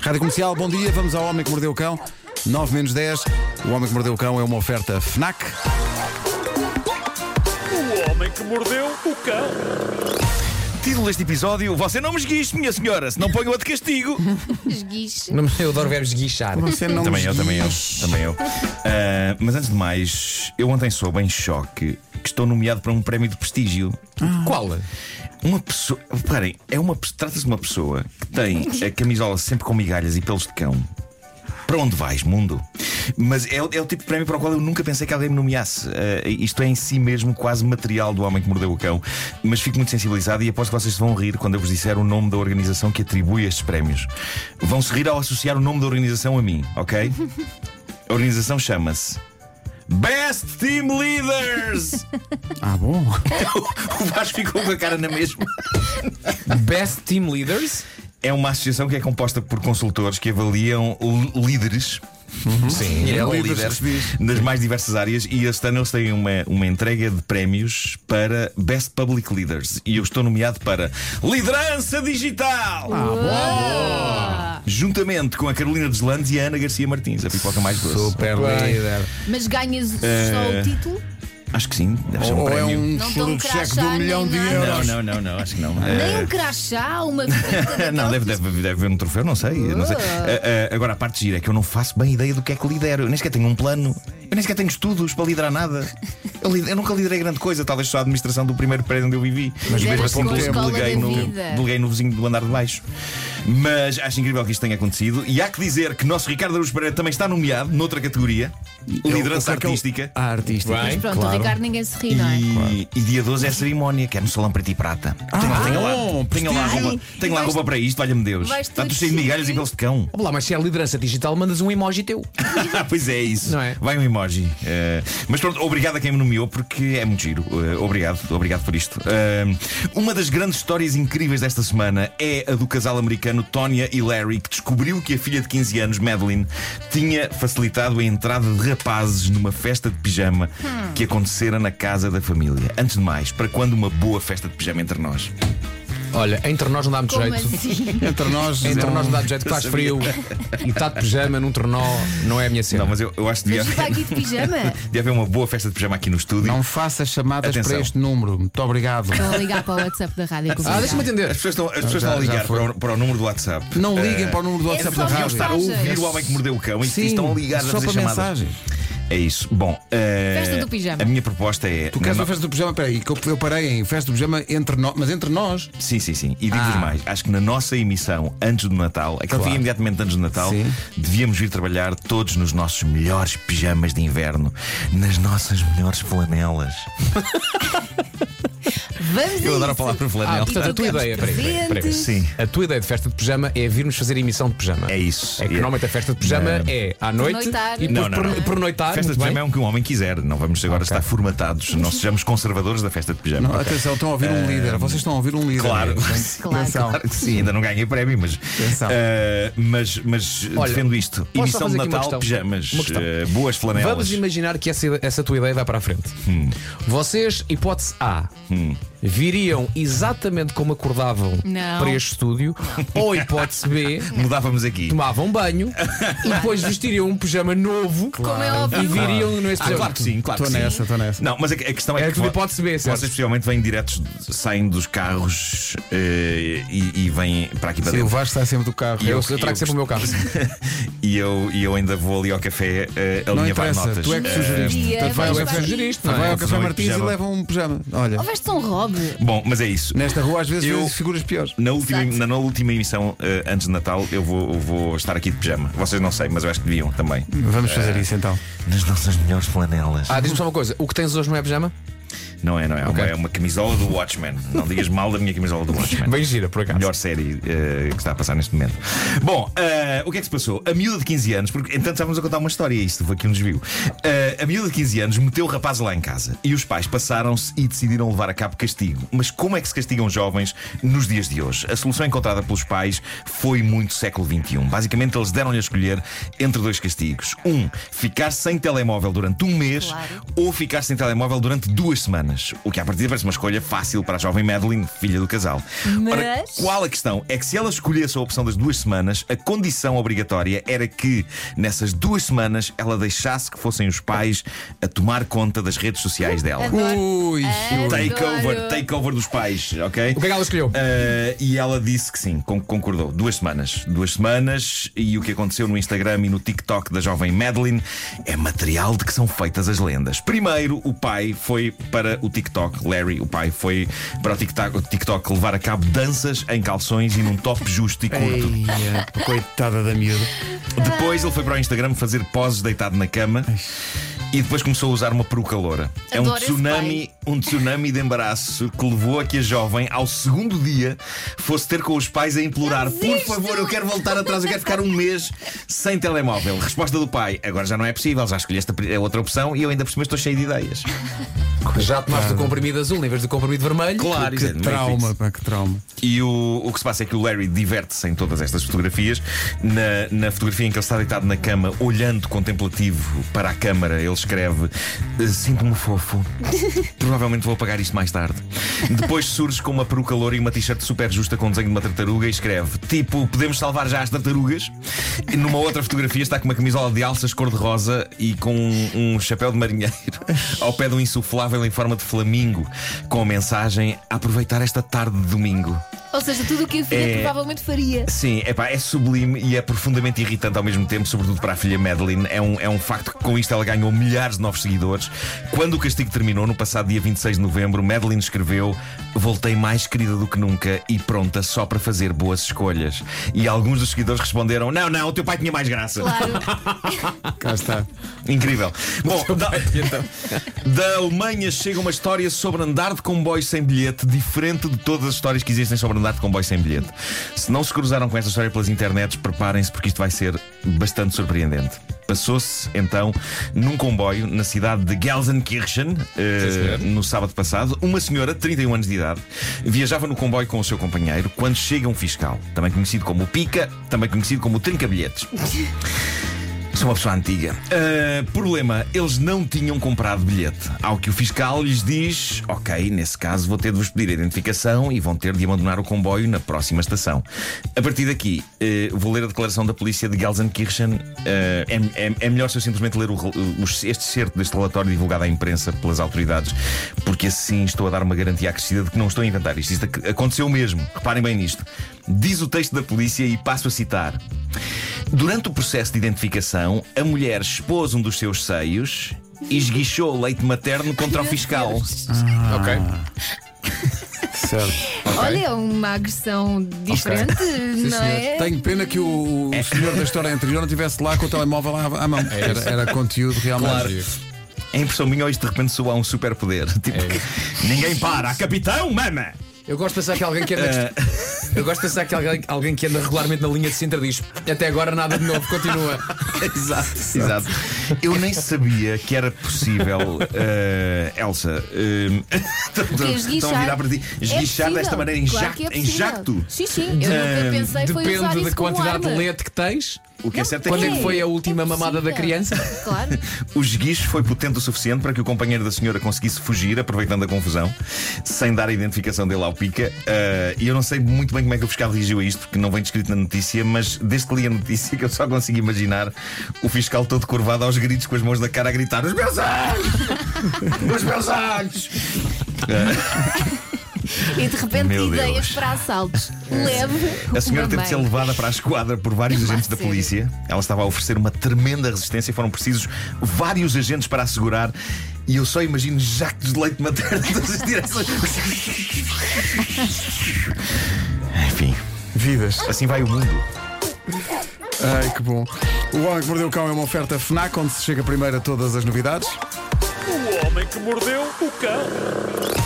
Rádio Comercial, bom dia, vamos ao Homem que Mordeu o Cão. 9 menos 10, o Homem que Mordeu o Cão é uma oferta FNAC. O homem que mordeu o cão. Título deste episódio: Você não me esguiche, minha senhora, se não ponho-a de castigo. Esguiche. Não, eu adoro verbos guichar. Você não também eu, diz. também eu, também eu. Ah, mas antes de mais, eu ontem soube em choque que estou nomeado para um prémio de prestígio. Qual? Uma pessoa. Reparem, é uma pessoa- trata-se de uma pessoa que tem a camisola sempre com migalhas e pelos de cão. Para onde vais, mundo? Mas é, o- é o tipo de prémio para o qual eu nunca pensei que alguém me nomeasse. Ah, isto é em si mesmo quase material do homem que mordeu o cão. Mas fico muito sensibilizado e aposto que vocês se vão rir quando eu vos disser o nome da organização que atribui estes prémios. Vão se rir ao associar o nome da organização a mim, ok? A organização chama-se Best Team Leaders! Ah, bom. o Vasco ficou com a cara na mesma. Best Team Leaders? é uma associação que é composta por consultores que avaliam l- líderes. Sim, ele é um o líderes líder que se diz. nas mais diversas áreas e este ano eles têm uma, uma entrega de prémios para Best Public Leaders e eu estou nomeado para Liderança Digital! Ah, Ah. Juntamente com a Carolina Deslandes e a Ana Garcia Martins, a pipoca mais doce. Super líder. Mas ganhas só o título? Acho que sim, deve ser um Ou é prémio. um Não dão choro de cheque de crachá, um milhão de nem nada. euros. Não, não, não, não, acho que não. Nem Eh, um crachá, uma fita Não, deve, deve, deve haver um troféu, não sei. não sei. Ah. Ah, ah, agora, a parte gira é que eu não faço bem ideia do que é que lidero. Eu nem sequer tenho um plano. Eu nem sequer tenho estudos para liderar nada. Eu, lider- eu nunca liderei grande coisa, talvez só a administração do primeiro prédio onde eu vivi. Mas Em vez lideras de com a ponto, escola deleguei da no, vida. deleguei no vizinho do andar de baixo. Mas acho incrível que isto tenha acontecido. E há que dizer que nosso Ricardo Aruz Pereira também está nomeado noutra categoria, liderança Eu- eu- artística. Ah, artística. Bem. Pronto, o Ricardo ninguém se ri, não é? E, e dia 12 é a cerimónia, que é no Salão Preto e Prata. tenho lá, tenho lá, bom, tenho lá prestígio. roupa, tenho lá vais- roupa para isto, olha-me Deus. vais Está tudo tudo cheio de migalhas e chique. pelos de cão. Olá, mas se é liderança digital, mandas um emoji teu. Ah, pois é isso. Não é? Vai um emoji. Eh, mas pronto, obrigado a quem me nomeou porque é muito giro. Eh, obrigado, obrigado por isto. Eh, uma das grandes histórias incríveis desta semana é a do casal americano Tonya e Larry, que descobriu que a filha de 15 anos, Madeline, tinha facilitado a entrada de rapazes numa festa de pijama Hum. que acontecera na casa da família. Antes de mais, para quando uma boa festa de pijama entre nós? Olha, entre nós não dá muito Como jeito. assim? Entre nós. Entre nós não dá muito jeito, Eu que faz sabia. frio e está de pijama num trenó, não é a minha cena. Não, mas eu, eu acho que devia, Mas vai aqui de pijama? devia haver uma boa festa de pijama aqui no estúdio. Não faça chamadas Atenção. para este número. Muito obrigado. Vou ligar para o WhatsApp da rádio. Ah, deixa-me As atender. pessoas estão, as pessoas já- estão a já ligar foi. para o, para o número do WhatsApp. Não liguem para o número do é WhatsApp só da uma rádio. Para mensagem. ouvir o homem que mordeu o cão e Sim, estão a ligar a só fazer para chamadas. mensagens. É isso. Bom, eh, Festa do pijama. A minha proposta é. Tu queres uma festa do pijama? Peraí, que eu- eu parei em festa do pijama entre nós, mas entre nós. Sim, sim, sim. E digo-vos Ah. mais, acho que na nossa emissão, antes do Natal, aquele Claro. dia imediatamente antes do Natal, Sim. devíamos vir trabalhar todos nos nossos melhores pijamas de inverno, nas nossas melhores flanelas. Vamos a Eu adoro isso. a palavra Ah, flanela. portanto, a tua Ficamos ideia, peraí, peraí, peraí. presentes. Sim. A tua ideia de festa de pijama é virmos fazer emissão de pijama. É isso. É que normalmente a festa de pijama Não. é à noite Noitar. e Não, depois não, por, não. por noitar. Festa de muito bem. pijama é um que um homem quiser. Não vamos agora estar formatados. Não sejamos conservadores da festa de pijama. Não, Ok. Eh, Atenção, estão a ouvir um líder. Vocês estão a ouvir um líder. Claro. Claro. Atenção. Claro que sim, ainda não ganhei prémio, mas. Atenção. eh, mas mas Olha, defendo isto. posso só Emissão de fazer aqui uma Natal, questão? pijamas, Uma questão. eh, boas flanelas. Vamos imaginar que essa, essa tua ideia vai para a frente. Vocês, hipótese A, viriam exatamente como acordavam Não. para este estúdio, ou hipótese B, Mudávamos aqui. tomavam banho e depois vestiriam um pijama novo Como é e óbvio. viriam nesse Ah, pijama. claro que sim, claro Estou que sim. nessa, estou nessa. Não, mas a, a questão é, É que tudo vo- hipótese B, certo? vocês especialmente vêm diretos, de- saem dos carros eh, e, e vêm para aqui para Sim, o dentro. Vasco está sempre do carro. E Eu, eu trago sempre o meu carro. e, eu, e eu ainda vou ali ao café eh, Não alinhavar interessa, notas. tu é que Eh, sugeriste. Dia, Portanto, vai ao vais café, lá. Sugeriste, não é? vai ao Café Não é Martins e pijama. leva um pijama. Olha, Houveste um Rob. bom, mas é isso. nesta rua às vezes Eu- vês figuras piores. Na última, na, na última emissão eh, antes de Natal, eu vou, eu vou estar aqui de pijama. Vocês não sei, mas eu acho que deviam também. Vamos fazer isso então. Nas nossas melhores flanelas. Ah, diz-me só uma coisa: o que tens hoje não é pijama? Não é, não é. É uma- É uma camisola do Watchmen. Não digas mal da minha camisola do Watchmen. Bem gira, por acaso. Melhor série eh, que está a passar neste momento. Bom, eh, o que é que se passou? A miúda de 15 anos, porque entanto estávamos a contar uma história, isto foi aqui um desvio. Eh, a miúda de 15 anos meteu o rapaz lá em casa e os pais passaram-se e decidiram levar a cabo castigo. Mas como é que se castigam jovens nos dias de hoje? A solução encontrada pelos pais foi muito século XXI. Basicamente, eles deram-lhe a escolher entre dois castigos: um, ficar sem telemóvel durante um mês Claro. ou ficar sem telemóvel durante duas semanas. O que à partida parece uma escolha fácil para a jovem Madeline, filha do casal. Ora, Mas- qual a questão? É que se ela escolhesse a opção das duas semanas, a condição condição obrigatória era que, nessas duas semanas, ela deixasse que fossem os pais a tomar conta das redes sociais dela. Adoro. Ui, É. ui. Takeover, Adoro. takeover dos pais, ok? O que é que ela escolheu? Ah, e ela disse que sim, con- concordou. Duas semanas. Duas semanas. E o que aconteceu no Instagram e no TikTok da jovem Madeline é material de que são feitas as lendas. Primeiro, o pai foi para o TikTok, Larry, o pai foi para o TikTok, o TikTok levar a cabo danças em calções e num top justo e curto. Eia, coitada da miúda. Depois, ele foi para o Instagram fazer poses deitado na cama. E depois começou a usar uma peruca loura. É um Adoro esse tsunami, um tsunami de embaraço que levou a que a jovem, ao segundo dia, fosse ter com os pais a implorar: Por favor, um eu quero voltar atrás, eu quero ficar um mês sem telemóvel. Resposta do pai: Agora já não é possível, já escolheste a pri- a outra opção e eu ainda por cima estou cheio de ideias. Já tomaste o comprimido azul em vez do comprimido vermelho? Claro, Que isso é de trauma, pá, que trauma. E o, o que se passa é que o Larry diverte-se em todas estas fotografias. Na, na fotografia em que ele está deitado na cama, olhando contemplativo para a câmara, ele escreve: "Eh, Sinto-me fofo. Provavelmente vou apagar isto mais tarde. Depois surge com uma peruca loura e uma t-shirt super justa com o desenho de uma tartaruga e escreve: Tipo, podemos salvar já as tartarugas. E numa outra fotografia está com uma camisola de alças cor-de-rosa e com um, um chapéu de marinheiro ao pé de um insuflável em forma de flamingo, com a mensagem: Aproveitar esta tarde de domingo. Ou seja, tudo o que a filha É. provavelmente faria. Sim, epá, é sublime e é profundamente irritante ao mesmo tempo, sobretudo para a filha Madeline. É um, é um facto que com isto ela ganhou milhares de novos seguidores. Quando o castigo terminou, no passado dia 26 de novembro, Madeline escreveu: Voltei mais querida do que nunca e pronta só para fazer boas escolhas. E alguns dos seguidores responderam: Não, não, o teu pai tinha mais graça. Claro. Cá está. Incrível. Bom, da, da Alemanha chega uma história sobre andar de comboio sem bilhete, diferente de todas as histórias que existem sobre andar de comboio sem bilhete. Se não se cruzaram com esta história pelas internets, preparem-se porque isto vai ser bastante surpreendente. Passou-se então num comboio na cidade de Gelsenkirchen, eh, no sábado passado. Uma senhora, de 31 anos de idade, viajava no comboio com o seu companheiro quando chega um fiscal, também conhecido como o Pica, também conhecido como o Trinca-Bilhetes. Sou uma pessoa antiga. Ah, problema, eles não tinham comprado bilhete. Ao que o fiscal lhes diz: Ok, nesse caso vou ter de vos pedir a identificação e vão ter de abandonar o comboio na próxima estação. A partir daqui, eh, vou ler a declaração da polícia de Gelsenkirchen. Ah, é, é- é melhor se eu simplesmente ler o rel- os- este certo deste relatório divulgado à imprensa pelas autoridades, porque assim estou a dar uma garantia acrescida de que não estou a inventar isto. Isto ac- aconteceu mesmo. Reparem bem nisto. Diz o texto da polícia e passo a citar. Durante o processo de identificação, a mulher expôs um dos seus seios e esguichou o leite materno contra o fiscal. Ok. Certo. Olha, é uma agressão diferente, não é? Tenho pena que o, o senhor da história anterior não estivesse lá com o telemóvel à, à mão. Era, era conteúdo realmente. É impressão minha, ou isto de repente soa a um superpoder. Tipo, que ninguém para, a capitão, mama! Eu gosto de pensar que alguém que anda. Eu gosto de pensar que alguém, alguém que anda regularmente na linha de Sintra diz até agora nada de novo, continua. Exato, exato. Eu nem sabia que era possível, eh, Elsa. eh, estão- Porque estão- Estão a virar para ti. é Esguichar desta possível. maneira em, Claro jac- que é em possível. jacto. Sim, sim. Eu nunca pensei foi usar Depende isso da como quantidade de arma. leite que tens. O que é certo é Quando que. é que foi a última É mamada da possível. criança? Claro. O esguicho foi potente o suficiente para que o companheiro da senhora conseguisse fugir, aproveitando a confusão, sem dar a identificação dele ao pica. Ah, E eu não sei muito bem como é que o fiscal reagiu a isto, porque não vem descrito na notícia, mas desde que li a notícia que eu só consigo imaginar o fiscal todo curvado aos gritos com as mãos da cara a gritar: Os meus olhos! Os meus olhos! E de repente Meu ideias Deus. para assaltos. Leve. A senhora uma teve de ser mãe. levada para a esquadra por vários agentes da sério? polícia. Ela estava a oferecer uma tremenda resistência e foram precisos vários agentes para assegurar. E eu só imagino jactos de leite materno em todas as direções. Enfim, Vidas. assim vai o mundo. Ai, que bom. O Homem que Mordeu o Cão é uma oferta FNAC, onde se chega primeiro a todas as novidades. O homem que mordeu o cão.